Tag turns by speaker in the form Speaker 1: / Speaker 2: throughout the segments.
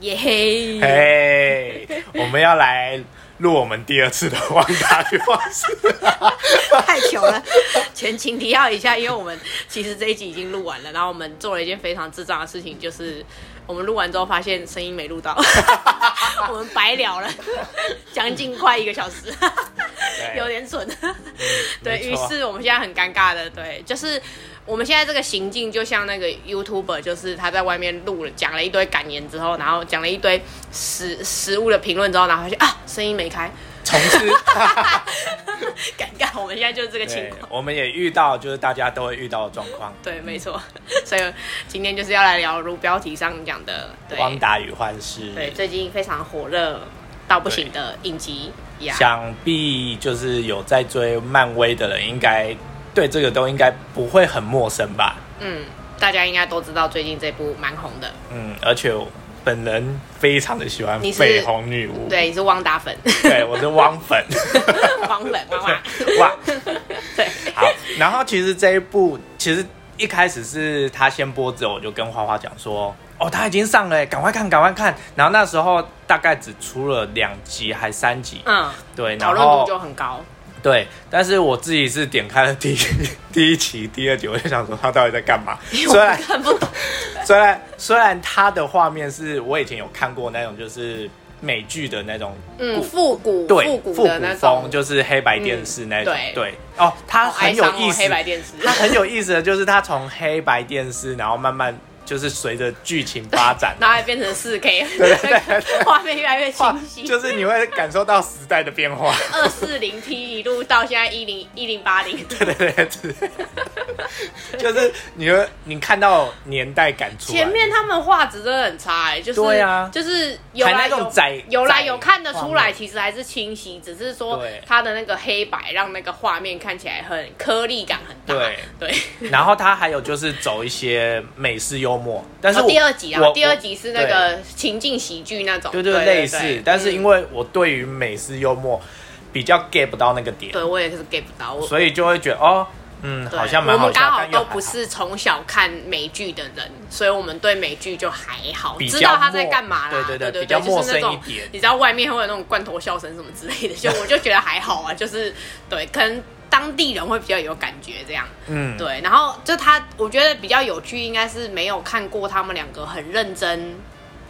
Speaker 1: 耶 嘿！
Speaker 2: 嘿哎我们要来录我们第二次的忘大去忘事。
Speaker 1: 太糗了。前情提要一下，因为我们其实这一集已经录完了，然后我们做了一件非常智障的事情，就是我们录完之后发现声音没 录到，我们白聊了，将近快一个小时，有点蠢。对
Speaker 2: 嗯没
Speaker 1: 于
Speaker 2: 错
Speaker 1: 是，我们现在很尴尬的，对，就是我们现在这个行径，就像那个 YouTuber，就是他在外面录了，讲了一堆感言之后，然后讲了一堆食食物的评论之后，然后发现啊，声音没开，
Speaker 2: 从 此，
Speaker 1: 尴尬。我们现在就是这个情
Speaker 2: 对
Speaker 1: 况，，
Speaker 2: 我们也遇到就是大家都会遇到的状况，
Speaker 1: 对，没错。 所以今天就是要来聊如标题上讲的，对，
Speaker 2: 汪达与幻视。
Speaker 1: 对，最近非常火热到不行的影集呀。
Speaker 2: 想必就是有在追漫威的人，应该对这个都应该不会很陌生吧？
Speaker 1: 嗯，大家应该都知道，最近这部蛮红的。
Speaker 2: 嗯，而且我本人非常的喜欢
Speaker 1: 你是
Speaker 2: 绯红女巫，
Speaker 1: 对，你是汪达粉，
Speaker 2: 对，我是 汪粉，
Speaker 1: 汪粉，汪汪。
Speaker 2: 哇，
Speaker 1: 对，
Speaker 2: 好，然后其实这一部其实一开始是他先播着，我就跟花花讲说，哦，他已经上了耶，赶快看，赶快看。然后那时候大概只出了两集还三集，
Speaker 1: 嗯，
Speaker 2: 对，
Speaker 1: 讨
Speaker 2: 然
Speaker 1: 论度
Speaker 2: 后
Speaker 1: 就很高。
Speaker 2: 对，但是我自己是点开了 第一第一集、第二集，我就想说他到底在干嘛？
Speaker 1: 我
Speaker 2: 虽然
Speaker 1: 看不懂，
Speaker 2: 虽然虽然他的画面是我以前有看过那种，就是美剧的那种
Speaker 1: 嗯，
Speaker 2: 故
Speaker 1: 复古，
Speaker 2: 对，
Speaker 1: 复
Speaker 2: 古
Speaker 1: 古的那种
Speaker 2: 风，就是黑白电视那种。
Speaker 1: 嗯对
Speaker 2: 对，哦，它
Speaker 1: 好哀
Speaker 2: 很有
Speaker 1: 伤哦
Speaker 2: 意思
Speaker 1: 黑，白电视，
Speaker 2: 它很有意思的就是它从黑白电视，然后慢慢就是随着剧情
Speaker 1: ，
Speaker 2: 发展
Speaker 1: 然后还变成四 K，画面越来越清晰，
Speaker 2: 就是你会感受到时代的变化。
Speaker 1: 二四零 P 一路到现在一零一零八零。
Speaker 2: 对对对，对就是你会你看到年代感出来。
Speaker 1: 前面他们画质真的很差、欸，就是
Speaker 2: 对啊
Speaker 1: 就是有来
Speaker 2: 还那
Speaker 1: 有
Speaker 2: 种窄
Speaker 1: 有来
Speaker 2: 窄
Speaker 1: 有看得出
Speaker 2: 画
Speaker 1: 来，
Speaker 2: 面
Speaker 1: 其实还是清晰，只是说
Speaker 2: 对
Speaker 1: 它的那个黑白让那个画面看起来很颗粒感很大。
Speaker 2: 对
Speaker 1: 对，
Speaker 2: 然后他还有就是走一些美式幽默，但是
Speaker 1: 然
Speaker 2: 我、
Speaker 1: 后第二集啊
Speaker 2: 我，
Speaker 1: 第二
Speaker 2: 我
Speaker 1: 集是那个情境喜剧那种，
Speaker 2: 对对对类似，但是因
Speaker 1: 为
Speaker 2: 为我对于美式幽默比较 get 不到那个点，
Speaker 1: 对我也是 get 不到，我
Speaker 2: 所以就会觉得哦，嗯，
Speaker 1: 对
Speaker 2: 好像蛮
Speaker 1: 我
Speaker 2: 好
Speaker 1: 们
Speaker 2: 笑，
Speaker 1: 刚好
Speaker 2: 但又
Speaker 1: 都
Speaker 2: 还
Speaker 1: 不是从小看美剧的人，所以我们对美剧就还好，
Speaker 2: 比较
Speaker 1: 知道他
Speaker 2: 陌
Speaker 1: 在干嘛啦。
Speaker 2: 对对
Speaker 1: 对
Speaker 2: 对
Speaker 1: 对，
Speaker 2: 比较陌
Speaker 1: 就是那
Speaker 2: 生
Speaker 1: 种
Speaker 2: 一点
Speaker 1: 你知道外面会有那种罐头笑声什么之类的，就我就觉得还好啊，就是对，可能当地人会比较有感觉这样。
Speaker 2: 嗯，
Speaker 1: 对，然后就他，我觉得比较有趣，应该是没有看过他们两个很认真，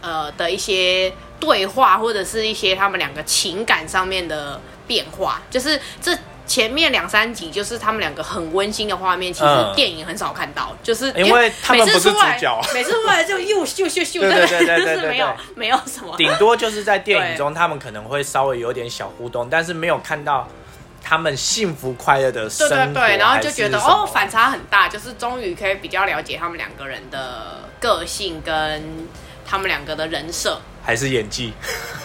Speaker 1: 呃的一些对话，或者是一些他们两个情感上面的变化。就是这前面两三集，就是他们两个很温馨的画面，其实
Speaker 2: 嗯
Speaker 1: 电影很少看到，就是
Speaker 2: 因为他们
Speaker 1: 每次
Speaker 2: 不是
Speaker 1: 出来
Speaker 2: 主角啊
Speaker 1: 每次出来就又咻咻咻，
Speaker 2: 对对对对对
Speaker 1: 就是没有
Speaker 2: 对
Speaker 1: 没有什 么。
Speaker 2: 顶多就是在电影中他们可能会稍微有点小互动，但是没有看到他们幸福快乐的生
Speaker 1: 对
Speaker 2: 活还
Speaker 1: 对
Speaker 2: 是什么，
Speaker 1: 对，然后就觉得哦，反差很大，就是终于可以比较了解他们两个人的个性跟他们两个的人设。
Speaker 2: 还是 演技，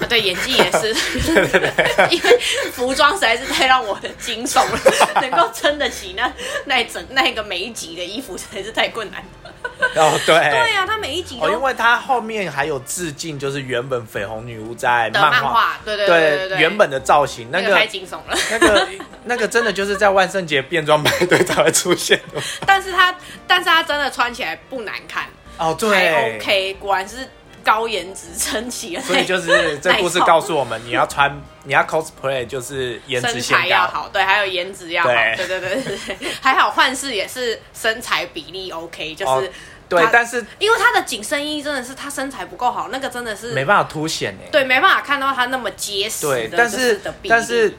Speaker 1: 啊对，演技也是， 因为服装实在是太让我的惊悚了，能够撑得起那那一整那一个每一集的衣服实在是太困难了。
Speaker 2: 哦对。
Speaker 1: 对呀、啊，他每一集都
Speaker 2: 哦，因为他后面还有致敬，就是原本绯红女巫在
Speaker 1: 的
Speaker 2: 漫
Speaker 1: 漫画，对对对对对，
Speaker 2: 原本的造型，那
Speaker 1: 那个太
Speaker 2: 个
Speaker 1: 惊悚了。
Speaker 2: 那个那个真的就是在万圣节变装派对才会出现 的。
Speaker 1: 但是他，但是他真的穿起来不难看，
Speaker 2: 哦，
Speaker 1: 还
Speaker 2: 对
Speaker 1: OK，果然是高颜值撑起了那。
Speaker 2: 所以就是这故事
Speaker 1: 那一套
Speaker 2: 告诉我们，你要穿，你要 cosplay 就是颜值
Speaker 1: 身
Speaker 2: 先
Speaker 1: 材要
Speaker 2: 高，
Speaker 1: 好，对，还有颜值要好，
Speaker 2: 对
Speaker 1: 对对对对，对还好幻视也是身材比例 OK，就是、
Speaker 2: 哦对
Speaker 1: 他，
Speaker 2: 但是
Speaker 1: 因为他的紧身衣真的是他身材不够好，那个真的是
Speaker 2: 没办法凸显哎。
Speaker 1: 对没办法看到他那么结实的
Speaker 2: 对，但
Speaker 1: 就是
Speaker 2: 是
Speaker 1: 的比例
Speaker 2: 但是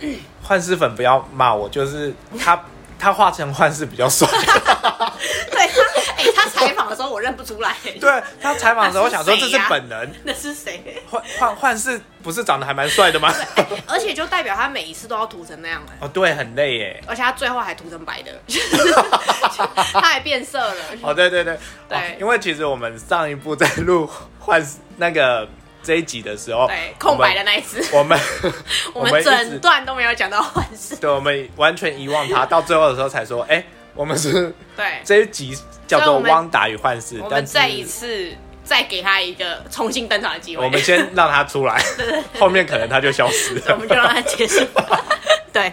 Speaker 2: 幻视粉不要骂我，就是 他他画成幻视比较帅。
Speaker 1: 对他哎、他采访的时候我认不出来，
Speaker 2: 对啊他采访的时候，我想说
Speaker 1: 他
Speaker 2: 这
Speaker 1: 是
Speaker 2: 是
Speaker 1: 谁呀
Speaker 2: 本人，
Speaker 1: 那是谁？
Speaker 2: 幻幻幻视不是长得还蛮帅的吗？
Speaker 1: 而且就代表他每一次都要涂成那样哎、
Speaker 2: 哦，对，很累耶。
Speaker 1: 而且他最后还涂成白的， 他还变色了。
Speaker 2: 哦，对对对，
Speaker 1: 对
Speaker 2: 哦因为其实我们上一部在录幻视那个这一集的时候，
Speaker 1: 对，空白的那一次，
Speaker 2: 我们
Speaker 1: 我
Speaker 2: 我们
Speaker 1: 们
Speaker 2: 一直
Speaker 1: 整段都没有讲到幻视。
Speaker 2: 对，我们完全遗忘他，到最后的时候才说，哎、我们是
Speaker 1: 对，
Speaker 2: 这一集叫
Speaker 1: 所以
Speaker 2: 做
Speaker 1: 我
Speaker 2: 《
Speaker 1: 们
Speaker 2: 汪达与幻视》，
Speaker 1: 我们
Speaker 2: 但是
Speaker 1: 再一次再给他一个重新登场的机会，
Speaker 2: 我们先让他出来，后面可能他就消失
Speaker 1: 我们就
Speaker 2: 了。
Speaker 1: 让他结 束。对，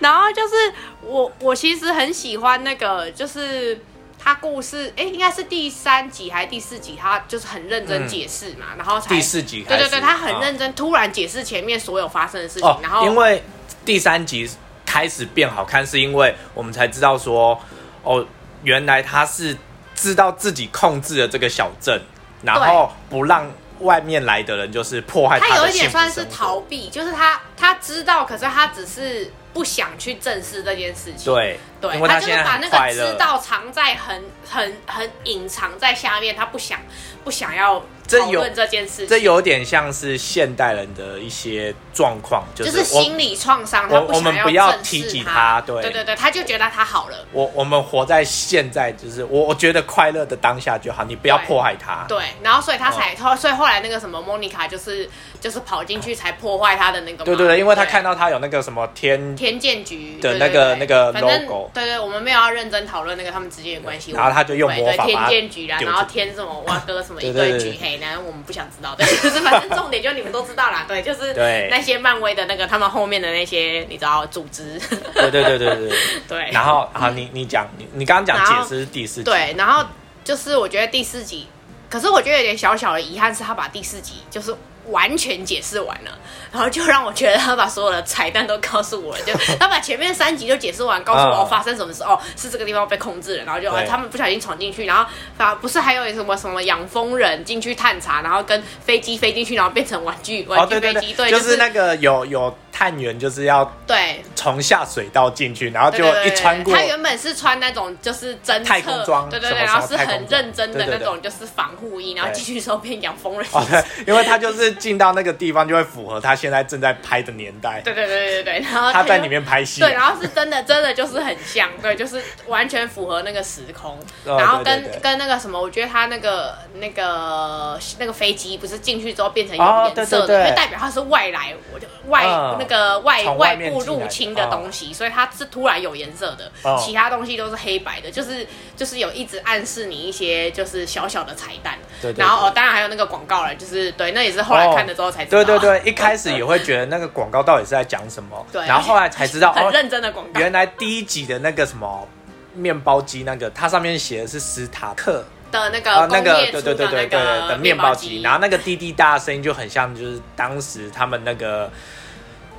Speaker 1: 然后就是我，我其实很喜欢那个，就是他故事哎、应该是第三集还是第四集，他就是很认真解释嘛，然后才
Speaker 2: 嗯第四集
Speaker 1: 对
Speaker 2: 开始，
Speaker 1: 对对，他很
Speaker 2: 嗯
Speaker 1: 认真，突然解释前面所有发生的事情，
Speaker 2: 哦
Speaker 1: 然后
Speaker 2: 因为第三集开始变好看，是因为我们才知道说，哦，原来他是知道自己控制了这个小镇，然后不让外面来的人就是破坏
Speaker 1: 他有
Speaker 2: 的
Speaker 1: 一
Speaker 2: 幸
Speaker 1: 点
Speaker 2: 福
Speaker 1: 算
Speaker 2: 生
Speaker 1: 是
Speaker 2: 活
Speaker 1: 逃避，就是他他知道，可是他只是不想去正视这件事情。
Speaker 2: 对，
Speaker 1: 对，
Speaker 2: 因为
Speaker 1: 他就
Speaker 2: 现
Speaker 1: 是
Speaker 2: 在
Speaker 1: 把
Speaker 2: 很
Speaker 1: 那
Speaker 2: 快
Speaker 1: 个知
Speaker 2: 乐。
Speaker 1: 道藏在很很很隐藏在下面，他不想不想要
Speaker 2: 这
Speaker 1: 讨论
Speaker 2: 有
Speaker 1: 这件事
Speaker 2: 这
Speaker 1: 情，
Speaker 2: 有点像是现代人的一些状况，就
Speaker 1: 就是
Speaker 2: 是我
Speaker 1: 心理创伤，他
Speaker 2: 我
Speaker 1: 不
Speaker 2: 我们
Speaker 1: 想
Speaker 2: 不要
Speaker 1: 正
Speaker 2: 提
Speaker 1: 视
Speaker 2: 及
Speaker 1: 他
Speaker 2: 他对
Speaker 1: 对对对，他就觉得他好了。
Speaker 2: 我我们活在现在，就是我我觉得快乐的当下就好，你不要
Speaker 1: 对
Speaker 2: 迫害他。
Speaker 1: 对，然后所以他才，
Speaker 2: 哦
Speaker 1: 后所以后来那个什么莫妮卡就是就是跑进去才破坏他的那个嘛，
Speaker 2: 对对对，因为他看到他有那个什么天
Speaker 1: 天建局
Speaker 2: 的
Speaker 1: 对
Speaker 2: 那个
Speaker 1: 对对
Speaker 2: 那个
Speaker 1: 反正
Speaker 2: logo
Speaker 1: 对对，我们没有要认真讨论那个他们之间的关系。
Speaker 2: 然后他就用魔法
Speaker 1: 对对
Speaker 2: 把它
Speaker 1: 天建局啦，
Speaker 2: 丢
Speaker 1: 然
Speaker 2: 出
Speaker 1: 后天什么蛙哥什么 一
Speaker 2: 对
Speaker 1: 堆
Speaker 2: 对对
Speaker 1: 举黑，然后我们不想知道，对， 就是反正重点就是你们都知道啦，对，就是
Speaker 2: 对
Speaker 1: 那些漫威的那个他们后面的那些你知道组织，
Speaker 2: 对对对对对对。
Speaker 1: 对，
Speaker 2: 然后好，你你讲，你你刚刚讲
Speaker 1: 然后
Speaker 2: 解释是第四集，
Speaker 1: 对，然后就是我觉得第四集，可是我觉得有点小小的遗憾是他把第四集就是。完全解释完了，然后就让我觉得他把所有的彩蛋都告诉我了， 就他把前面三集就解释完，告诉我、
Speaker 2: 嗯
Speaker 1: 哦发生什么事，哦是这个地方被控制了，然后就、哦
Speaker 2: 对
Speaker 1: 他们不小心闯进去，然后啊不是还有什么什么养蜂人进去探查，然后跟飞机飞进去，然后变成玩具玩
Speaker 2: 哦
Speaker 1: 具
Speaker 2: 对
Speaker 1: 飞
Speaker 2: 对
Speaker 1: 机，
Speaker 2: 对，
Speaker 1: 就
Speaker 2: 就是那个有有探员就是要
Speaker 1: 对
Speaker 2: 从下水道进去，然后
Speaker 1: 对
Speaker 2: 就
Speaker 1: 对对
Speaker 2: 一
Speaker 1: 对
Speaker 2: 穿过
Speaker 1: 他原本是穿那种就是侦测
Speaker 2: 太空装
Speaker 1: 对对
Speaker 2: 什
Speaker 1: 对，
Speaker 2: 么
Speaker 1: 然后
Speaker 2: 什
Speaker 1: 是
Speaker 2: 么太
Speaker 1: 很
Speaker 2: 空装
Speaker 1: 认真的
Speaker 2: 对对
Speaker 1: 那
Speaker 2: 对
Speaker 1: 种就是防护衣，然后
Speaker 2: 对
Speaker 1: 进去之后变养蜂人。
Speaker 2: 哦对，因为他就是进到那个地方就会符合他现在正在拍的年代，
Speaker 1: 对对对对对，然后
Speaker 2: 他
Speaker 1: 就
Speaker 2: 在里。面拍戏，
Speaker 1: 对，然后是真的，真的就是很像，对，就是完全符合那个时空。
Speaker 2: 哦
Speaker 1: 然后
Speaker 2: 对
Speaker 1: 跟
Speaker 2: 对对
Speaker 1: 跟那个什么，我觉得他那个那个那个飞机不是进去之后变成有
Speaker 2: 哦
Speaker 1: 颜色的，
Speaker 2: 对对对
Speaker 1: 就代表它是外来，我就外、
Speaker 2: 嗯
Speaker 1: 那个外
Speaker 2: 从
Speaker 1: 外
Speaker 2: 外面
Speaker 1: 部
Speaker 2: 进来
Speaker 1: 入
Speaker 2: 的
Speaker 1: 侵的东西，所以它是突然有颜色的，
Speaker 2: 哦
Speaker 1: 其他东西都是黑白的，就是就是有一直暗示你一些就是小小的彩蛋。
Speaker 2: 对对对
Speaker 1: 然后哦，当然还有那个广告了，就是对，那也是后来
Speaker 2: 哦
Speaker 1: 看了之后才知道。
Speaker 2: 对对对，一开始也会觉得那个广告到底是在讲什么，
Speaker 1: 对
Speaker 2: 然后后来才知道
Speaker 1: 很
Speaker 2: 哦，
Speaker 1: 认真的广告。
Speaker 2: 原来第一集的那个什么面包机那个，它上面写的是史塔克。
Speaker 1: 的那
Speaker 2: 啊
Speaker 1: 个，
Speaker 2: 那
Speaker 1: 工
Speaker 2: 个
Speaker 1: 业
Speaker 2: 对
Speaker 1: 出的
Speaker 2: 对对对对对
Speaker 1: 个
Speaker 2: 的面包
Speaker 1: 机，
Speaker 2: 机，然后那个滴滴答的声音就很像，就是当时他们那个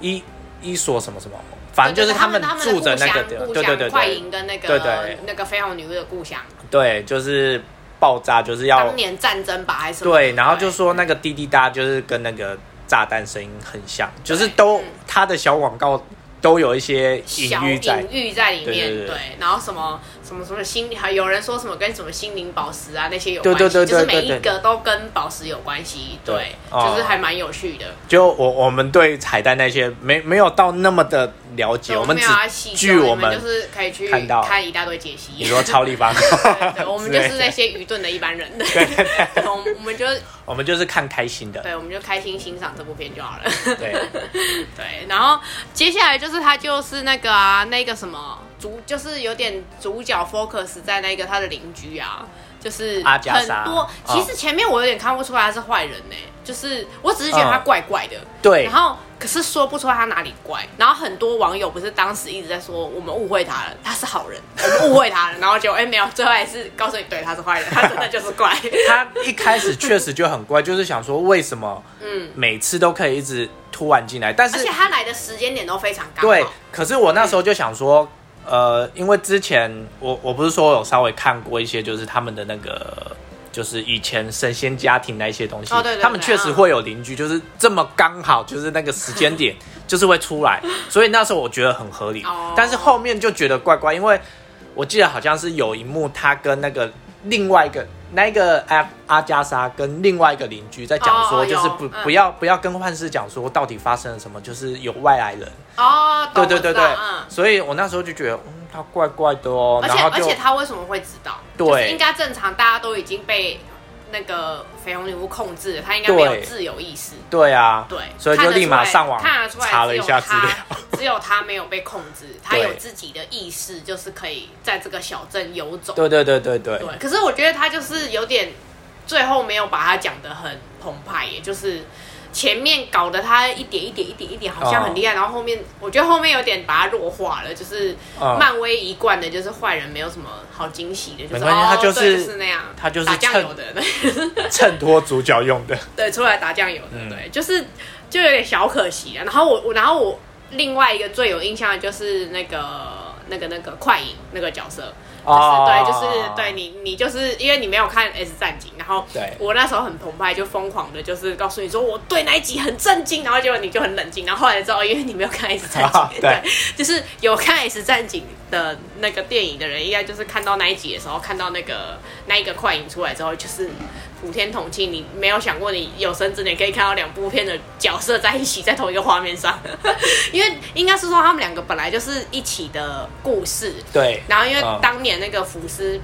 Speaker 2: 伊伊索什么什么，反正
Speaker 1: 对
Speaker 2: 就
Speaker 1: 对
Speaker 2: 是
Speaker 1: 他
Speaker 2: 们
Speaker 1: 他们
Speaker 2: 住着那个地
Speaker 1: 的
Speaker 2: 方，
Speaker 1: 故乡故
Speaker 2: 对对
Speaker 1: 乡
Speaker 2: 对
Speaker 1: 快
Speaker 2: 对
Speaker 1: 银跟那
Speaker 2: 对
Speaker 1: 个
Speaker 2: 对
Speaker 1: 那个绯红女巫的故乡，
Speaker 2: 对，就是爆炸，就是要
Speaker 1: 当年战争吧还是什么的？
Speaker 2: 哦对，然后就说那个滴滴答就是跟那个炸弹声音很像，就是
Speaker 1: 对
Speaker 2: 都
Speaker 1: 嗯
Speaker 2: 他的小广告都有一些隐
Speaker 1: 小
Speaker 2: 喻在
Speaker 1: 隐，喻在里面，
Speaker 2: 对对对
Speaker 1: 然后什么什么什么心，还有人说什么跟什么心灵宝石啊那些有关系，
Speaker 2: 对对对
Speaker 1: 就是
Speaker 2: 对对
Speaker 1: 每一个都跟宝石有关系，
Speaker 2: 对
Speaker 1: 对，
Speaker 2: 哦
Speaker 1: 就是还蛮有趣的。
Speaker 2: 就我我们对彩蛋那些没没有到那么的了解，我们
Speaker 1: 没
Speaker 2: 只
Speaker 1: 有要细
Speaker 2: 据
Speaker 1: 究
Speaker 2: 我
Speaker 1: 你们
Speaker 2: 们
Speaker 1: 就是可以去
Speaker 2: 看到
Speaker 1: 看一大堆解析。
Speaker 2: 你说超立方，
Speaker 1: 对 对，我们就
Speaker 2: 之类
Speaker 1: 是
Speaker 2: 的
Speaker 1: 那些愚钝的一般人，对对 对，我们我们就
Speaker 2: 我们就是看开心的，
Speaker 1: 对，我们就开心欣赏这部片就好了。
Speaker 2: 对，
Speaker 1: 对，然后接下来就是他就是那个啊，那个什么主，就是有点主角 focus 在那个他的邻居啊，就是
Speaker 2: 阿加
Speaker 1: 很
Speaker 2: 莎
Speaker 1: 多
Speaker 2: 哦。
Speaker 1: 其实前面我有点看不出来他是坏人呢、就是我只是觉得他
Speaker 2: 嗯
Speaker 1: 怪怪的。
Speaker 2: 对
Speaker 1: 然后可是说不出来他哪里怪，然后很多网友不是当时一直在说我们误会他了，他是好 人，我们误会他了，然后结果哎、没有，最后还是告诉你对他是坏人，他真的就是 怪。
Speaker 2: 他一开始确实就很怪，就是想说为什么，嗯，每次都可以一直突然进来，但
Speaker 1: 而
Speaker 2: 是
Speaker 1: 且他来的时间点都非常刚好。
Speaker 2: 对，可是我那时候就想说，呃，因为之前我我不是说有稍微看过一些，就是他们的那个。就是以前神仙家庭那一些东西，
Speaker 1: 哦对对嗯对
Speaker 2: 他们确实会有邻居，就是这么刚好，就是那个时间点， 就是会出来，所以那时候我觉得很合理。
Speaker 1: 哦
Speaker 2: 但是后面就觉得怪怪，因为我记得好像是有一幕，他跟那个另外一个那一个阿阿加莎跟另外一个邻居在讲
Speaker 1: 哦哦
Speaker 2: 说，就是
Speaker 1: 有
Speaker 2: 不、
Speaker 1: 嗯
Speaker 2: 不要不要跟幻视讲说到底发生了什么，就是有外来人，
Speaker 1: 哦，懂
Speaker 2: 对
Speaker 1: 我知
Speaker 2: 对对对
Speaker 1: 道，嗯。
Speaker 2: 所以我那时候就觉得，嗯，他怪怪的哦，
Speaker 1: 而
Speaker 2: 然
Speaker 1: 且
Speaker 2: 后
Speaker 1: 而
Speaker 2: 就
Speaker 1: 且他为什么会知道？
Speaker 2: 对
Speaker 1: 就是应该正常，大家都已经被那个绯红女巫控制了，他应该没有
Speaker 2: 对
Speaker 1: 自由意识。
Speaker 2: 对啊，
Speaker 1: 对，
Speaker 2: 所以
Speaker 1: 看
Speaker 2: 就
Speaker 1: 得出
Speaker 2: 立马
Speaker 1: 来
Speaker 2: 上网
Speaker 1: 看得出来
Speaker 2: 查了一下资料，
Speaker 1: 只有他只有他没有被控制，他有
Speaker 2: 对
Speaker 1: 自己的意识，就是可以在这个小镇游走。
Speaker 2: 对对对对对，
Speaker 1: 对，可是我觉得他就是有点最后没有把他讲的很澎湃耶，也就是前面搞得他一点一点一点一点好像很厉
Speaker 2: 哦
Speaker 1: 害，然后后面我觉得后面有点把它弱化了，就是
Speaker 2: 嗯
Speaker 1: 漫威一贯的，就是坏人没有什么好惊喜的，就
Speaker 2: 没
Speaker 1: 是
Speaker 2: 关系
Speaker 1: 哦
Speaker 2: 他就是
Speaker 1: 对就是那样，
Speaker 2: 他就是
Speaker 1: 打酱
Speaker 2: 趁嗯
Speaker 1: 油的，对
Speaker 2: 衬托主角用的。
Speaker 1: 对，出来打酱油的，对，就是就有点小可惜啊。然后我我然后我另外一个最有印象的就是那个那个那个快影那个角色，就是对，就是对
Speaker 2: 哦
Speaker 1: 你，你就是因为你没有看《S 战警》，然后
Speaker 2: 对
Speaker 1: 我那时候很澎湃，就疯狂的，就是告诉你说我对哪一集很震惊，然后结果你就很冷静，然后后来知道，哦因为你没有看《S 战警》
Speaker 2: 啊对
Speaker 1: 对， 就是有看《S 战警》的那个电影的人，应该就是看到那一集的时候，看到那个那一个快影出来之后，就是。普天同庆，你没有想过你有生之年可以看到两部片的角色在一起在同一个画面上， 因为应该是说他们两个本来就是一起的故事，
Speaker 2: 对，
Speaker 1: 然后因为
Speaker 2: 嗯
Speaker 1: 当年那个福斯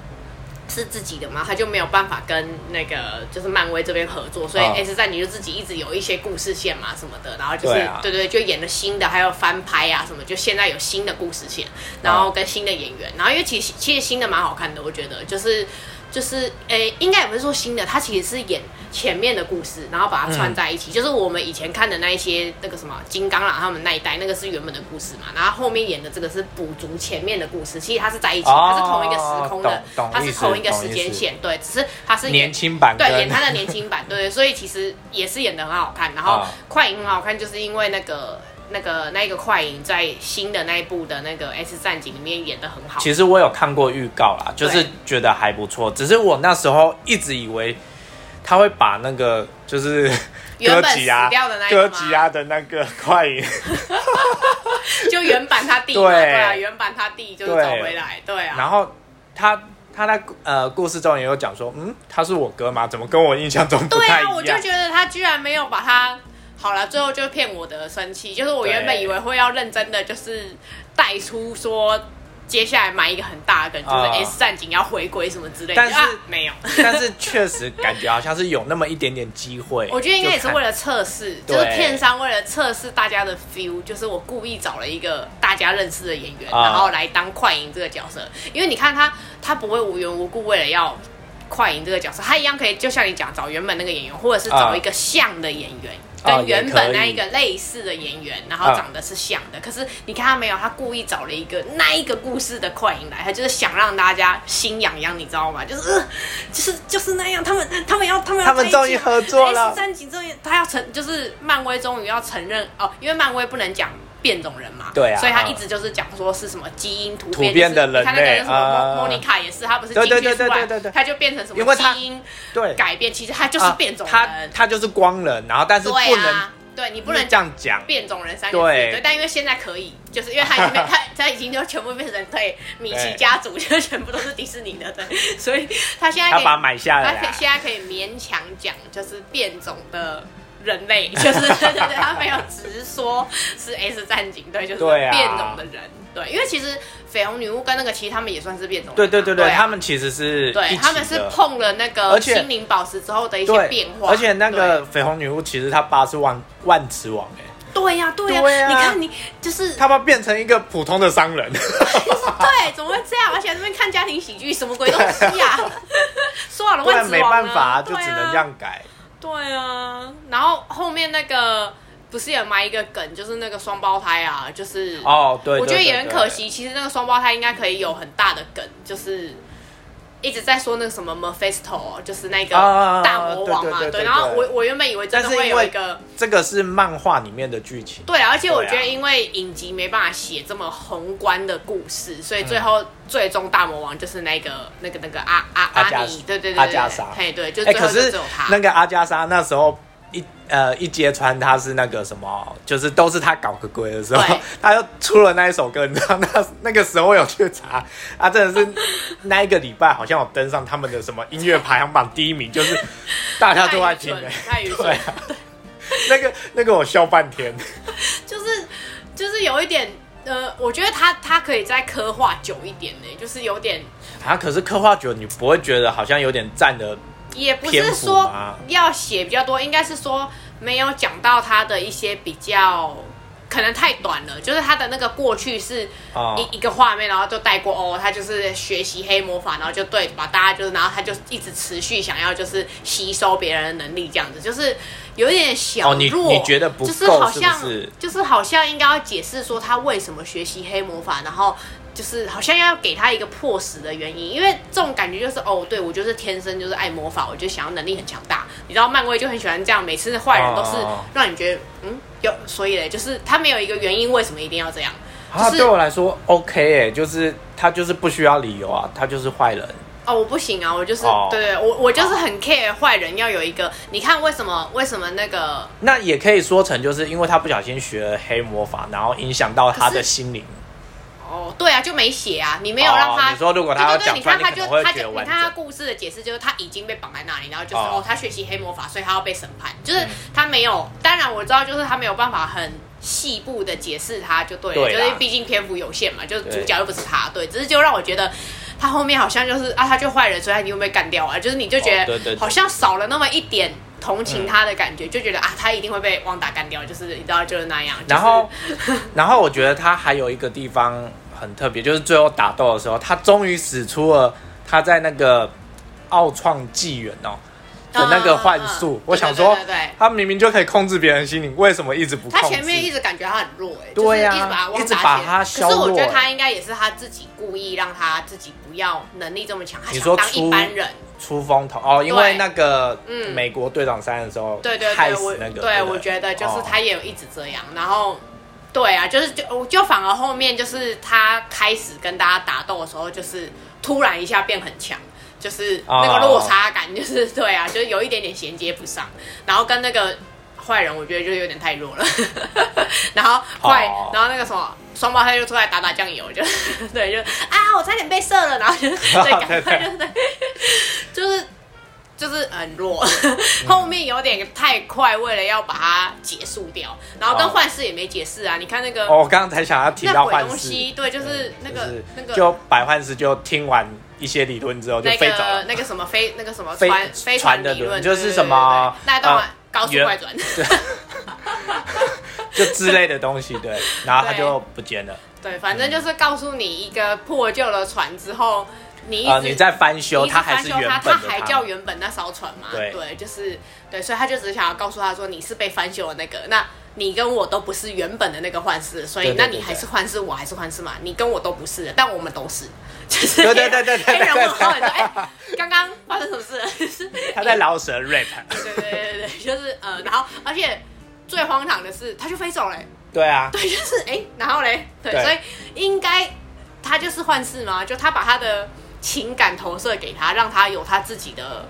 Speaker 1: 是自己的嘛，他就没有办法跟那个就是漫威这边合作，所以
Speaker 2: 嗯
Speaker 1: S 战警就自己一直有一些故事线嘛什么的，然后就是
Speaker 2: 对啊
Speaker 1: 对对，就演了新的，还有翻拍啊什么，就现在有新的故事线，然
Speaker 2: 哦
Speaker 1: 后跟新的演员，然后因为其实其实新的蛮好看的，我觉得就是。就是诶、应该也不是说新的，它其实是演前面的故事，然后把它串在一
Speaker 2: 嗯
Speaker 1: 起。就是我们以前看的那一些那个什么金刚狼啊他们那一代，那个是原本的故事嘛，然后后面演的这个是补足前面的故事，其实它是在一起，它是同一个时空的
Speaker 2: 哦，懂懂
Speaker 1: 它是
Speaker 2: 意思
Speaker 1: 同一个
Speaker 2: 懂
Speaker 1: 时
Speaker 2: 意
Speaker 1: 间
Speaker 2: 思
Speaker 1: 线，对，只是它是演
Speaker 2: 年轻版
Speaker 1: 对
Speaker 2: 跟
Speaker 1: 演他的年轻版，对，所以其实也是演的很好看。然后
Speaker 2: 啊
Speaker 1: 快银很好看，就是因为那个那个那一个快银在新的那一部的那个《S 战警》里面演的很好。
Speaker 2: 其实我有看过预告啦，
Speaker 1: 对
Speaker 2: 就是觉得还不错，只是我那时候一直以为他会把那个就是啊
Speaker 1: 原
Speaker 2: 哥
Speaker 1: 本
Speaker 2: 吉拉
Speaker 1: 死掉的那一个
Speaker 2: 哥
Speaker 1: 吗
Speaker 2: 吉拉啊的那个 快银，
Speaker 1: 就原版他弟嘛，
Speaker 2: 对
Speaker 1: 对啊，原版他弟就是
Speaker 2: 对
Speaker 1: 找回来，对啊。
Speaker 2: 然后他他在呃故事中也有讲说，嗯，他是我哥吗？怎么跟我印象中不
Speaker 1: 对
Speaker 2: 太
Speaker 1: 啊，
Speaker 2: 一样？
Speaker 1: 我就觉得他居然没有把他。好了，最后就骗我的生气，就是我原本
Speaker 2: 对
Speaker 1: 以为会要认真的，就是带出说接下来埋一个很大的梗，就是
Speaker 2: 啊
Speaker 1: S 战警要回归什么之类的，
Speaker 2: 但是
Speaker 1: 啊没有。
Speaker 2: 但是确实感觉好像是有那么一点点机会。
Speaker 1: 我觉得应该也是
Speaker 2: 就看
Speaker 1: 为了测试，就
Speaker 2: 对
Speaker 1: 是片商为了测试大家的 feel，就是我故意找了一个大家认识的演员，
Speaker 2: 啊
Speaker 1: 然后来当快银这个角色，因为你看他，他不会无缘无故为了要。快银这个角色，他一样可以，就像你讲，找原本那个演员，或者是找
Speaker 2: 啊
Speaker 1: 一个像的演员，
Speaker 2: 啊
Speaker 1: 跟原本那一
Speaker 2: 也可
Speaker 1: 个
Speaker 2: 以
Speaker 1: 类似的演员，然后
Speaker 2: 啊
Speaker 1: 长得是像的。可是你看他没有，他故意找了一个那一个故事的快银来，他就是想让大家心痒痒，你知道吗？就是、呃就是就是那样，他们他们要他们要
Speaker 2: 他
Speaker 1: 在一
Speaker 2: 们
Speaker 1: 起
Speaker 2: 终于
Speaker 1: 啊
Speaker 2: 合作了
Speaker 1: S 三级终于他要承，就是漫威终于要承认哦，因为漫威不能讲。变种人嘛，
Speaker 2: 对啊
Speaker 1: 所以他
Speaker 2: 嗯
Speaker 1: 一直就是讲说是什么基因突
Speaker 2: 突变的
Speaker 1: 就是你看那个
Speaker 2: 人类
Speaker 1: 人什么
Speaker 2: 啊
Speaker 1: 莫莫妮卡也是，他不是进
Speaker 2: 对
Speaker 1: 去出来，
Speaker 2: 对对对对对对
Speaker 1: 他就变成什
Speaker 2: 因为
Speaker 1: 么
Speaker 2: 他
Speaker 1: 基因
Speaker 2: 对，
Speaker 1: 改变，其实他就是
Speaker 2: 啊
Speaker 1: 变种人，
Speaker 2: 他他就是光人，然后但是不
Speaker 1: 对
Speaker 2: 能
Speaker 1: 啊，对你不能
Speaker 2: 这样讲。
Speaker 1: 变种人三个字，
Speaker 2: 对
Speaker 1: 对，但因为现在可以，就是因为他已经 被他他已经就全部变成对米奇
Speaker 2: 对
Speaker 1: 家族，就是全部都是迪士尼的，对，所以他现在
Speaker 2: 他
Speaker 1: 可以
Speaker 2: 把它买下来
Speaker 1: 他可以
Speaker 2: 啊，
Speaker 1: 现在可以勉强讲，就是变种的人类， 就是对对对，他没有直说是 S 战警，对，就是
Speaker 2: 对啊
Speaker 1: 变种的人，对，因为其实绯红女巫跟那个其实他们也算是变种人啊，
Speaker 2: 对对对对，
Speaker 1: 啊
Speaker 2: 他们其实是一
Speaker 1: 对
Speaker 2: 起
Speaker 1: 他们是
Speaker 2: 的
Speaker 1: 碰了那个
Speaker 2: 而且
Speaker 1: 心灵宝石之后的一些
Speaker 2: 对
Speaker 1: 变化，
Speaker 2: 而且那
Speaker 1: 对
Speaker 2: 个绯红女巫其实她爸是万万磁王哎、
Speaker 1: 对呀对呀，
Speaker 2: 对啊
Speaker 1: 你看你就是
Speaker 2: 他爸变成一个普通的商人，
Speaker 1: 对，怎么会这样？而且这边看家庭喜剧，什么鬼东西呀、 说好了
Speaker 2: 不
Speaker 1: 万
Speaker 2: 然
Speaker 1: 磁
Speaker 2: 没
Speaker 1: 王啊
Speaker 2: 办法、就
Speaker 1: 对啊
Speaker 2: 只能这样改。
Speaker 1: 对啊，然后后面那个不是也埋一个梗，就是那个双胞胎啊，就是
Speaker 2: 哦，对，
Speaker 1: 我觉得
Speaker 2: 对
Speaker 1: 也很可。惜。其实那个双胞胎应该可以有很大的梗，就是一直在说那个什么 Mephisto，就是那个
Speaker 2: 啊
Speaker 1: 大魔王嘛。
Speaker 2: 对对对对对
Speaker 1: 然后我我原本以为真的
Speaker 2: 但是
Speaker 1: 会
Speaker 2: 因
Speaker 1: 有
Speaker 2: 为
Speaker 1: 一个。
Speaker 2: 对这个是漫画里面的剧情，
Speaker 1: 对啊，而且我觉
Speaker 2: 对
Speaker 1: 得，
Speaker 2: 啊
Speaker 1: 因为影集没办法写这么宏观的故事，所以最
Speaker 2: 嗯
Speaker 1: 后、最终大魔王就是那个那个那个阿阿
Speaker 2: 阿加
Speaker 1: 阿尼，对对对
Speaker 2: 阿
Speaker 1: 对
Speaker 2: 加
Speaker 1: 对
Speaker 2: 莎，
Speaker 1: 嘿对，就
Speaker 2: 哎、
Speaker 1: 最后
Speaker 2: 可
Speaker 1: 就是只有他。
Speaker 2: 那个阿加莎那时候一呃一揭穿他是那个什么，就是都是他搞个鬼的时候
Speaker 1: 对，
Speaker 2: 他又出了那一首歌，你知道 那那个时候我有去查，啊，真 的是那一个礼拜好像有登上他们的什么音乐排行榜第一名，就是大家都
Speaker 1: 太
Speaker 2: 在
Speaker 1: 愚
Speaker 2: 听
Speaker 1: 蠢
Speaker 2: 哎、
Speaker 1: 了，太愚蠢
Speaker 2: 对
Speaker 1: 了，
Speaker 2: 啊，那个那个我笑半天，
Speaker 1: 就是就是有一点。呃，我觉得他他可以再刻画久一点呢，就是有点
Speaker 2: 啊，可是刻画久你不会觉得好像有点占的
Speaker 1: 也不
Speaker 2: 篇
Speaker 1: 是
Speaker 2: 幅
Speaker 1: 说
Speaker 2: 吗
Speaker 1: 要写比较多，应该是说没有讲到他的一些比较可能太短了，就是他的那个过去是
Speaker 2: 哦
Speaker 1: 一一个画面，然后就带过哦，他就是学习黑魔法，然后就对把大家就是，然后他就一直持续想要就是吸收别人的能力，这样子就是有一点小弱。
Speaker 2: 哦你你觉得不
Speaker 1: 就是
Speaker 2: 够
Speaker 1: 好
Speaker 2: 是不
Speaker 1: 像
Speaker 2: 是
Speaker 1: 就是好像应该要解释说他为什么学习黑魔法，然后就是好像要给他一个迫使的原因，因为这种感觉就是哦，对我就是天生就是爱魔法，我就想要能力很强大。你知道漫威就很喜欢这样，每次坏人都是
Speaker 2: 哦
Speaker 1: 让你觉得嗯有，所以嘞，就是他没有一个原因为什么一定要这样。
Speaker 2: 啊，
Speaker 1: 就是
Speaker 2: 对我来说 OK 哎、就是他就是不需要理由啊，他就是坏人。
Speaker 1: 哦，我不行啊，我就是、
Speaker 2: 哦
Speaker 1: 对对，我我就是很 care 坏人要有一个，你看为什么为什么那个
Speaker 2: 那也可以说成就是因为他不小心学了黑魔法，然后影响到他的心灵。
Speaker 1: 哦，对啊，就没写啊，你没有让他。
Speaker 2: 哦你说如果他
Speaker 1: 对
Speaker 2: 要
Speaker 1: 对对，
Speaker 2: 讲
Speaker 1: 你
Speaker 2: 出来，
Speaker 1: 看
Speaker 2: 你
Speaker 1: 他
Speaker 2: 可
Speaker 1: 就
Speaker 2: 能会
Speaker 1: 他
Speaker 2: 觉得
Speaker 1: 就你
Speaker 2: 完
Speaker 1: 看他
Speaker 2: 整。
Speaker 1: 故事的解释就是他已经被绑在那里，然后就是
Speaker 2: 哦
Speaker 1: 哦他学习黑魔法，所以他要被审判，就是他没有。当然我知道，就是他没有办法很细部的解释他就对了，
Speaker 2: 对啦
Speaker 1: 就是毕竟篇幅有限嘛，就是
Speaker 2: 对
Speaker 1: 主角又不是他，对，只是就让我觉得。他后面好像就是啊，他就坏人，所以他一定会被干掉啊。就是你就觉
Speaker 2: 哦对对对嗯
Speaker 1: 得好像少了那么一点同情他的感觉，就觉得啊，他一定会被汪达干掉，就是你知道就是那样。就是
Speaker 2: 然后， 然后我觉得他还有一个地方很特别，就是最后打斗的时候，他终于使出了他在那个奥创纪元哦
Speaker 1: 啊
Speaker 2: 的那个幻术。
Speaker 1: 嗯嗯嗯
Speaker 2: 我想说，
Speaker 1: 对对对对
Speaker 2: 他明明就可以控制别人的心灵，为什么一直不控
Speaker 1: 他
Speaker 2: 制？
Speaker 1: 前面一直感觉他很弱、欸，哎，
Speaker 2: 对啊
Speaker 1: 就是一直把他
Speaker 2: 一
Speaker 1: 往
Speaker 2: 直
Speaker 1: 打
Speaker 2: 把
Speaker 1: 前
Speaker 2: 他削
Speaker 1: 可是我
Speaker 2: 弱
Speaker 1: 觉得
Speaker 2: 欸
Speaker 1: 他应该也是他自己故意让他自己不要能力这么强，他
Speaker 2: 你
Speaker 1: 想
Speaker 2: 说
Speaker 1: 当
Speaker 2: 出
Speaker 1: 一般人。
Speaker 2: 出风头哦，因为那个
Speaker 1: 嗯
Speaker 2: 美国队长三的时候，
Speaker 1: 对对
Speaker 2: 害
Speaker 1: 对，
Speaker 2: 死
Speaker 1: 我
Speaker 2: 那个，
Speaker 1: 对
Speaker 2: 不
Speaker 1: 我觉得就是
Speaker 2: 哦
Speaker 1: 他也有一直这样，然后。对啊，就是就我就反而后面就是他开始跟大家打斗的时候，就是突然一下变很强，就是
Speaker 2: 哦
Speaker 1: 那个落差感，就是、对啊，就是有一点点衔接不上，然后跟那个坏人我觉得就有点太弱了， 然后坏
Speaker 2: 哦
Speaker 1: 然后那个什么双胞胎就出来打打酱油，就对，就啊我差点被射了，然后就是对，赶快就是对 就是就是很弱，后面有点太快，为了要把它结束掉，然后跟
Speaker 2: 哦
Speaker 1: 幻视也没解释啊。你看那个、
Speaker 2: 哦，我刚刚才想要提
Speaker 1: 那
Speaker 2: 到
Speaker 1: 鬼
Speaker 2: 幻
Speaker 1: 东
Speaker 2: 视，嗯
Speaker 1: 西，对，就是那个、
Speaker 2: 就是
Speaker 1: 那个
Speaker 2: 就百幻视就听完一些理论之后就
Speaker 1: 那
Speaker 2: 飞走
Speaker 1: 个
Speaker 2: 了。
Speaker 1: 那个什么飞那个什么
Speaker 2: 飞
Speaker 1: 船飞
Speaker 2: 船
Speaker 1: 船
Speaker 2: 的
Speaker 1: 理论，
Speaker 2: 轮就是
Speaker 1: 对对对
Speaker 2: 什么
Speaker 1: 对对那一段
Speaker 2: 呃
Speaker 1: 高速
Speaker 2: 原
Speaker 1: 快转，
Speaker 2: 就之类的东西， 对，然后他
Speaker 1: 对
Speaker 2: 就不见了。
Speaker 1: 对，反
Speaker 2: 嗯
Speaker 1: 正就是告诉你一个破旧的船之后，你一直、
Speaker 2: 呃，你再翻修，
Speaker 1: 你一直
Speaker 2: 它还
Speaker 1: 翻
Speaker 2: 是
Speaker 1: 修
Speaker 2: 原
Speaker 1: 它，
Speaker 2: 本的
Speaker 1: 还叫原本那艘船嘛？
Speaker 2: 对
Speaker 1: 就是对，所以他就只是想要告诉他说，你是被翻修的那个，那你跟我都不是原本的那个幻视，所以
Speaker 2: 对对
Speaker 1: 那
Speaker 2: 对
Speaker 1: 你还
Speaker 2: 对
Speaker 1: 是幻视，我还是幻视嘛，你跟我都不是，但我们都是，就是
Speaker 2: 对对对对对对
Speaker 1: 黑人
Speaker 2: 对
Speaker 1: 问号，你说哎，刚刚发生什么事了？就是
Speaker 2: 他 在饶舌 rap。
Speaker 1: 对对对对对，就是呃，然后而且最荒唐的是，他就飞走了欸、
Speaker 2: 对啊，
Speaker 1: 对，就是哎、诶然后嘞，对，
Speaker 2: 对
Speaker 1: 所以应该他就是幻视嘛，就他把他的情感投射给他，让他有他自己的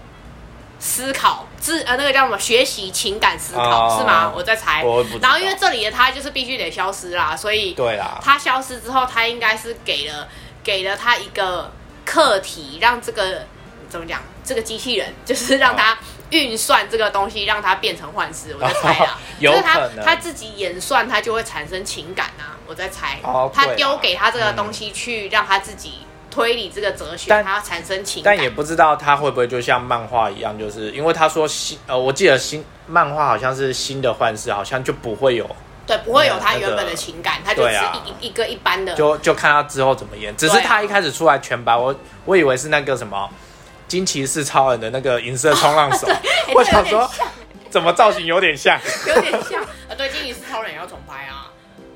Speaker 1: 思考，自呃那个叫什么学习情感思考、
Speaker 2: 哦
Speaker 1: 是吗？我在猜
Speaker 2: 我不知。道
Speaker 1: 然后因为这里的他就是必须得消失啦，所以
Speaker 2: 对啦，，
Speaker 1: 他消失之后，他应该是给了给了他一个课题，让这个怎么讲，这个机器人就是让他运算这个东西，让他变成幻视。我在猜啦
Speaker 2: 哦有
Speaker 1: 就是他
Speaker 2: 可能
Speaker 1: 他自己演算，他就会产生情感啊。我在猜，
Speaker 2: 哦
Speaker 1: 他
Speaker 2: 对啦
Speaker 1: 丢给他这个东西去让他自己推理这个哲学，
Speaker 2: 但
Speaker 1: 他要产生情感。
Speaker 2: 但也不知道他会不会就像漫画一样，就是因为他说新，呃，我记得新漫画好像是新的幻视，好像就不会有，
Speaker 1: 对，不会有他
Speaker 2: 那个
Speaker 1: 原本的情感，他就只
Speaker 2: 对
Speaker 1: 是
Speaker 2: 啊
Speaker 1: 一一个一般的。
Speaker 2: 就就看他之后怎么演。只是
Speaker 1: 对啊
Speaker 2: 他一开始出来全白，我我以为是那个什么惊奇四超人的那个银色冲浪 手，
Speaker 1: 诶
Speaker 2: 我
Speaker 1: 这有
Speaker 2: 想
Speaker 1: 点
Speaker 2: 说
Speaker 1: 像
Speaker 2: 怎么造型有点像，
Speaker 1: 有点像，呃，对，经理是超人也要重拍 啊，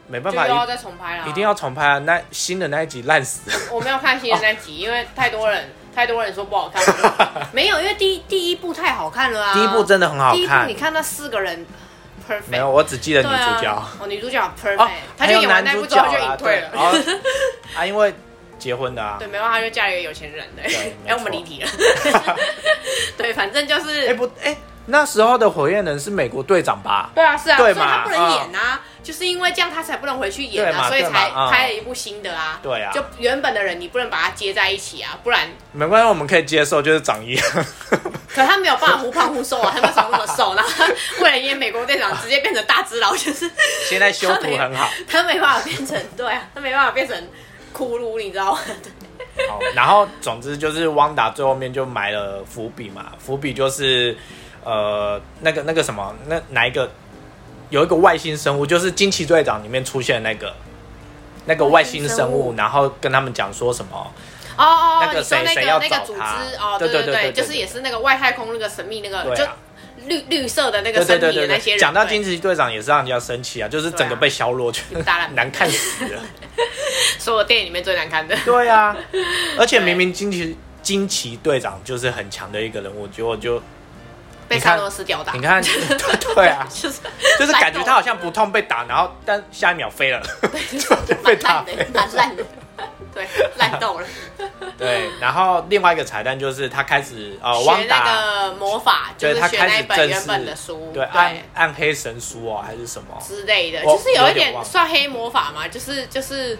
Speaker 2: 没
Speaker 1: 就
Speaker 2: 办
Speaker 1: 又
Speaker 2: 法，
Speaker 1: 要
Speaker 2: 一
Speaker 1: 再重拍啦，
Speaker 2: 一定要重拍啊！那新的那一集烂死了，
Speaker 1: 我没有看新的那集，因为太多人太多人说不好看 了。没有，因为第一第一部太好看了啊！
Speaker 2: 第一部真的很好
Speaker 1: 第一部
Speaker 2: 看
Speaker 1: 你，看那四个人 perfect，
Speaker 2: 没有，我只记得女
Speaker 1: 对
Speaker 2: 主角。
Speaker 1: 啊，哦，女主角 perfect，、
Speaker 2: 哦，
Speaker 1: 她
Speaker 2: 还
Speaker 1: 就
Speaker 2: 有
Speaker 1: 演完
Speaker 2: 男
Speaker 1: 那
Speaker 2: 主
Speaker 1: 部之
Speaker 2: 角
Speaker 1: 后就
Speaker 2: 啦
Speaker 1: 隐退
Speaker 2: 对，哦
Speaker 1: 了。
Speaker 2: 然后啊，因为结婚了啊。
Speaker 1: 对，没办法，她就嫁了一个有钱人。对，
Speaker 2: 对
Speaker 1: 哎、
Speaker 2: 没错
Speaker 1: 我们离题了。 对，反正就是，
Speaker 2: 哎不哎，那时候的火焰人是美国队长吧？
Speaker 1: 对啊，是啊，所
Speaker 2: 对
Speaker 1: 以
Speaker 2: 嘛
Speaker 1: 她不能演啊，就是因为这样她才不能回去演
Speaker 2: 对嘛
Speaker 1: 啊，所以
Speaker 2: 对嘛
Speaker 1: 才
Speaker 2: 嗯
Speaker 1: 拍了一部新的啊。
Speaker 2: 对啊
Speaker 1: 就原本的人你不能把它接在一起啊，不然
Speaker 2: 没关系，我们可以接受，就是长一样。
Speaker 1: 可他没有办法忽胖忽瘦啊，他那时候那么瘦，然后他为了演美国队长，直接变成大只佬，就是
Speaker 2: 现在修图很好，
Speaker 1: 啊他没办法变成对啊，他没办法变成骷髅，你知 道吗？
Speaker 2: 好，然后总之就是汪达最后面就埋了伏笔嘛，伏笔就是呃那个那个什么那哪一个有一个外星生物，就是《惊奇队长》里面出现的那个那个外星生
Speaker 1: 外星生
Speaker 2: 物，
Speaker 1: 物
Speaker 2: 然后跟他们讲说什么。
Speaker 1: 哦哦，
Speaker 2: 那个
Speaker 1: 你说
Speaker 2: 谁
Speaker 1: 那
Speaker 2: 谁要
Speaker 1: 个那
Speaker 2: 找
Speaker 1: 个组织
Speaker 2: 他
Speaker 1: 哦，
Speaker 2: 对
Speaker 1: 对
Speaker 2: 对对对
Speaker 1: 就是也是那个外太空那个神秘那个，
Speaker 2: 对啊
Speaker 1: 就绿绿色的那个
Speaker 2: 对
Speaker 1: 神
Speaker 2: 对
Speaker 1: 秘
Speaker 2: 对
Speaker 1: 的
Speaker 2: 对
Speaker 1: 那些
Speaker 2: 对，
Speaker 1: 人。
Speaker 2: 讲到
Speaker 1: 对
Speaker 2: 惊奇队长也是让人家生气啊，就是整个被削 弱，就
Speaker 1: 你们大烂
Speaker 2: 难看死了。
Speaker 1: 所有电影里面最难看的。
Speaker 2: 对啊，而且
Speaker 1: 对
Speaker 2: 明明惊奇惊奇队长就是很强的一个人物，结果就
Speaker 1: 被
Speaker 2: 你看
Speaker 1: 沙诺斯吊打
Speaker 2: 你，看， 对对啊，
Speaker 1: 就是
Speaker 2: 就是感觉他好像不痛被打，然后但下一秒飞 了，就被
Speaker 1: 蛮
Speaker 2: 打
Speaker 1: 烂
Speaker 2: 飞。
Speaker 1: 的，蛮烂的，对，烂透 了。
Speaker 2: 对，然后另外一个彩蛋就是他开始呃，
Speaker 1: 学
Speaker 2: 汪达
Speaker 1: 那个魔法，就
Speaker 2: 对
Speaker 1: 是
Speaker 2: 他
Speaker 1: 学
Speaker 2: 开
Speaker 1: 那
Speaker 2: 始
Speaker 1: 一本
Speaker 2: 正
Speaker 1: 原
Speaker 2: 式
Speaker 1: 本的书，
Speaker 2: 对暗暗黑神书哦，还是什么？
Speaker 1: 之类的，
Speaker 2: 我
Speaker 1: 就是有
Speaker 2: 有
Speaker 1: 一
Speaker 2: 点
Speaker 1: 点
Speaker 2: 忘了
Speaker 1: 算黑魔法嘛，就是就是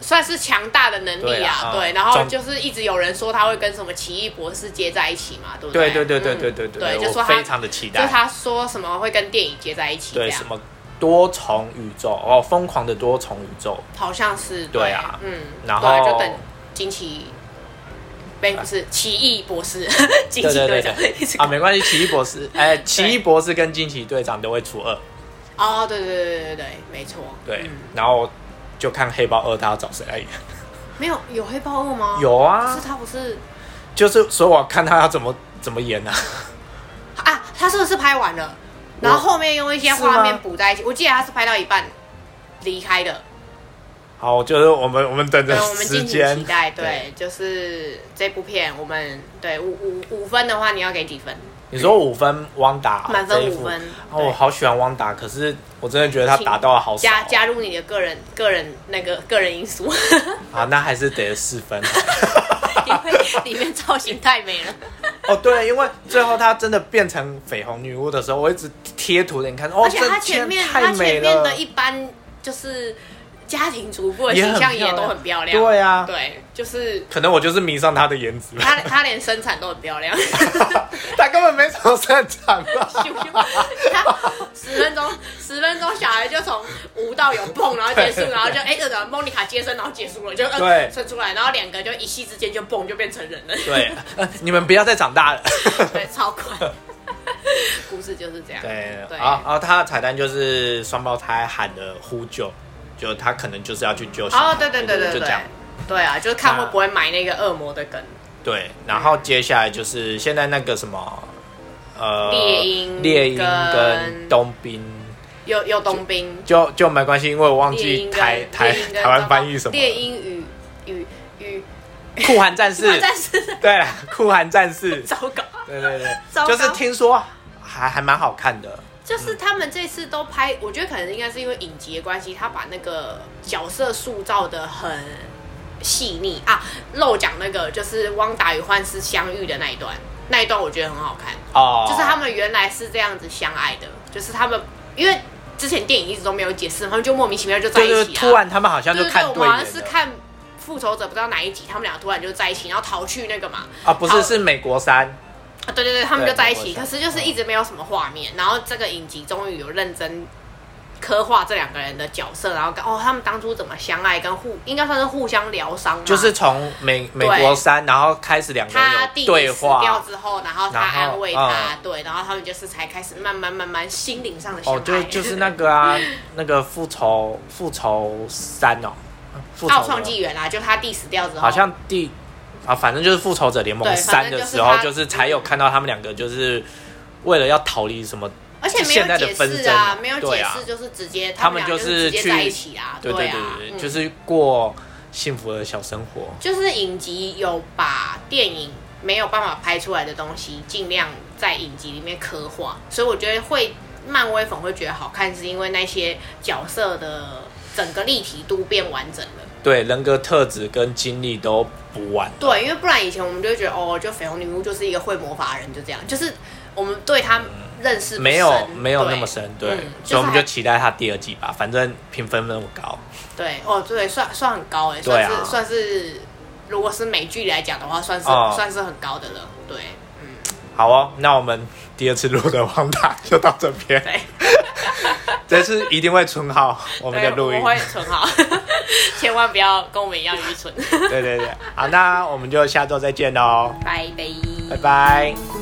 Speaker 1: 算是强大的能
Speaker 2: 对
Speaker 1: 力
Speaker 2: 啊
Speaker 1: 啊，
Speaker 2: 嗯
Speaker 1: 对。然后
Speaker 2: 总
Speaker 1: 就是一直有人说他会跟什么奇异博士接在一起嘛，对不
Speaker 2: 对对
Speaker 1: 对
Speaker 2: 对对
Speaker 1: 嗯
Speaker 2: 对对
Speaker 1: 对，就
Speaker 2: 我
Speaker 1: 说他
Speaker 2: 非
Speaker 1: 就
Speaker 2: 常的期
Speaker 1: 是
Speaker 2: 待。
Speaker 1: 他说什么会跟电影接在一起，这
Speaker 2: 对
Speaker 1: 样
Speaker 2: 什么多重宇宙哦，疯狂的多重宇宙，
Speaker 1: 好像是
Speaker 2: 对啊
Speaker 1: 嗯，
Speaker 2: 然
Speaker 1: 对啊
Speaker 2: 后
Speaker 1: 就等惊奇。没不是奇异博 士，惊
Speaker 2: 对
Speaker 1: 奇
Speaker 2: 对
Speaker 1: 队
Speaker 2: 对
Speaker 1: 长
Speaker 2: 对
Speaker 1: 一直
Speaker 2: 啊，没关系，奇异 博士，哎，奇异博士跟惊奇队长都会出二，
Speaker 1: 哦，对对对对对对，没错，
Speaker 2: 对
Speaker 1: 嗯，
Speaker 2: 然后就看黑豹二他要找谁来演。
Speaker 1: 没有有黑豹二吗？，
Speaker 2: 有
Speaker 1: 可
Speaker 2: 啊
Speaker 1: 是，他不是
Speaker 2: 就是所以我看他要怎么怎么演啊。
Speaker 1: 啊，他是不是拍完了？然后后面用一些画面补在一起。我记得他是拍到一半离开的。
Speaker 2: 好，就是我们我们等着
Speaker 1: 对，我们
Speaker 2: 时
Speaker 1: 敬请
Speaker 2: 间
Speaker 1: 期待。对，就是这部片，我们对五五五分的话，你要给几分？
Speaker 2: 你说五分汪达，
Speaker 1: 满
Speaker 2: 这
Speaker 1: 分
Speaker 2: 一
Speaker 1: 五
Speaker 2: 幅
Speaker 1: 分
Speaker 2: 哦，我
Speaker 1: 对
Speaker 2: 好喜欢汪达，可是我真的觉得他打到了好少
Speaker 1: 加加入你的个人个人那个个人因 素，
Speaker 2: 啊，那还是得四 分。
Speaker 1: 因为里面造型太美了。
Speaker 2: 哦，对，因为最后他真的变成绯红女巫的时候，我一直贴图给你看，哦，
Speaker 1: 而且
Speaker 2: 这
Speaker 1: 他前面
Speaker 2: 天
Speaker 1: 他
Speaker 2: 太
Speaker 1: 前
Speaker 2: 美
Speaker 1: 面
Speaker 2: 了
Speaker 1: 的，一般就是家庭主妇的
Speaker 2: 也很
Speaker 1: 形象也
Speaker 2: 漂
Speaker 1: 都
Speaker 2: 亮
Speaker 1: 很漂亮。
Speaker 2: 对啊
Speaker 1: 对，就是
Speaker 2: 可能我就是迷上他的 颜值，
Speaker 1: 他他连生产都很漂 亮。
Speaker 2: 他根本没什么擅长啊吧。
Speaker 1: 他十分钟，十分钟小孩就从无到有蹦，然后结束，然后就哎，这个莫妮卡接生，然后结束了，就
Speaker 2: 对
Speaker 1: 呃生出来，然后两个就一夕之间就蹦就变成人了，
Speaker 2: 对、呃你们不要再长大了。
Speaker 1: 对，超快。故事就是这样，
Speaker 2: 对，啊
Speaker 1: 对，
Speaker 2: 然后然后他的彩蛋就是双胞胎喊的呼救，就他可能就是要去救小孩。
Speaker 1: 哦，对对对
Speaker 2: 就
Speaker 1: 对
Speaker 2: 这
Speaker 1: 对
Speaker 2: 样。，
Speaker 1: 对啊，就是看
Speaker 2: 那
Speaker 1: 会不会买那个恶魔的梗，
Speaker 2: 对，然后接下来就是现在那个什么，呃，
Speaker 1: 猎鹰
Speaker 2: 猎鹰
Speaker 1: 跟
Speaker 2: 跟冬兵，
Speaker 1: 有有冬兵，
Speaker 2: 就就没关系，因为我忘
Speaker 1: 猎
Speaker 2: 记
Speaker 1: 鹰跟
Speaker 2: 台台
Speaker 1: 猎鹰跟
Speaker 2: 台湾翻译什么了，
Speaker 1: 猎鹰与与与
Speaker 2: 酷寒 战士，
Speaker 1: 战士，
Speaker 2: 对啦，酷寒战士
Speaker 1: ，糟糕。
Speaker 2: 对对对，
Speaker 1: 糟糕
Speaker 2: 就是听说还还蛮好看的，
Speaker 1: 就是他们这次都拍，我觉得可能应该是因为影集的关系，他把那个角色塑造的很细腻啊。漏讲那个就是汪达与幻视相遇的那一段，那一段我觉得很好看，
Speaker 2: 哦，
Speaker 1: 就是他们原来是这样子相爱的，就是他们因为之前电影一直都没有解释，他们就莫名其妙就在
Speaker 2: 对
Speaker 1: 一
Speaker 2: 对，
Speaker 1: 起
Speaker 2: 对
Speaker 1: 啊。
Speaker 2: 突然他们好像
Speaker 1: 对
Speaker 2: 就
Speaker 1: 对对，
Speaker 2: 看
Speaker 1: 我
Speaker 2: 对
Speaker 1: 们好像
Speaker 2: 眼
Speaker 1: 是
Speaker 2: 了
Speaker 1: 看复仇者不知道哪一集，他们俩突然就在一起，然后逃去那个嘛，
Speaker 2: 啊，不
Speaker 1: 好
Speaker 2: 是是美国三，
Speaker 1: 啊，对对对，他们
Speaker 2: 对
Speaker 1: 就在一
Speaker 2: 我
Speaker 1: 起，
Speaker 2: 想
Speaker 1: 可是就是一直没有什么画面。然后这个影集终于有认真刻画这两个人的角色，然后跟哦，他们当初怎么相爱，跟互应该算是互相疗伤嘛。
Speaker 2: 就是从美美国三，然后开始两个
Speaker 1: 他
Speaker 2: 人
Speaker 1: 弟弟
Speaker 2: 有对
Speaker 1: 死掉
Speaker 2: 话，
Speaker 1: 之后，然后他
Speaker 2: 然后
Speaker 1: 安慰他，
Speaker 2: 嗯
Speaker 1: 对，然后他们就是才开始慢慢慢慢心灵上的相爱。
Speaker 2: 哦，就就 是那个啊，那个复仇复仇三哦，复仇
Speaker 1: 奥
Speaker 2: 的
Speaker 1: 创纪元啦，啊就他弟死掉之后，
Speaker 2: 好像第啊，反正就是复仇者联盟
Speaker 1: 对啊
Speaker 2: 三
Speaker 1: 反正
Speaker 2: 的
Speaker 1: 就是
Speaker 2: 时候，
Speaker 1: 他
Speaker 2: 就是才有看到他们两个就是为了要逃离什么，
Speaker 1: 而且没
Speaker 2: 现在
Speaker 1: 有
Speaker 2: 的
Speaker 1: 解
Speaker 2: 纷
Speaker 1: 释
Speaker 2: 争啊
Speaker 1: 啊，没有
Speaker 2: 对
Speaker 1: 解
Speaker 2: 啊
Speaker 1: 释，就是直接
Speaker 2: 他们
Speaker 1: 俩
Speaker 2: 就
Speaker 1: 就是直接
Speaker 2: 去
Speaker 1: 在一起啦，
Speaker 2: 对对
Speaker 1: 啊
Speaker 2: 对，对，
Speaker 1: 嗯
Speaker 2: 就是过幸福的小生活。
Speaker 1: 就是影集有把电影没有办法拍出来的东西，尽量在影集里面刻画，所以我觉得会漫威粉会觉得好看，是因为那些角色的整个立体度变完整了。
Speaker 2: 对，人格特质跟经历都补完。
Speaker 1: 对，因为不然以前我们就会觉得哦，就绯红女巫就是一个会魔法的人，就这样，就是我们对她认识不深
Speaker 2: 没有没有那么。
Speaker 1: 对
Speaker 2: 深，对，
Speaker 1: 嗯就是
Speaker 2: 所以我们就
Speaker 1: 还
Speaker 2: 期待他第二季吧。反正评分那么高，
Speaker 1: 对，哦，对，算算很高哎，
Speaker 2: 对
Speaker 1: 算
Speaker 2: 啊
Speaker 1: 是、算是，如果是美剧来讲的话，算是、
Speaker 2: 哦
Speaker 1: 算是很高的了。对，嗯，
Speaker 2: 好哦，那我们第二次录的汪达就到这边，
Speaker 1: 对。
Speaker 2: 这次一定会存好我们的
Speaker 1: 对，
Speaker 2: 录音
Speaker 1: 哎我。会存好， 千万不要跟我们一样愚蠢。
Speaker 2: 对对对，好，那我们就下周再见喽，
Speaker 1: 拜拜，
Speaker 2: 拜拜。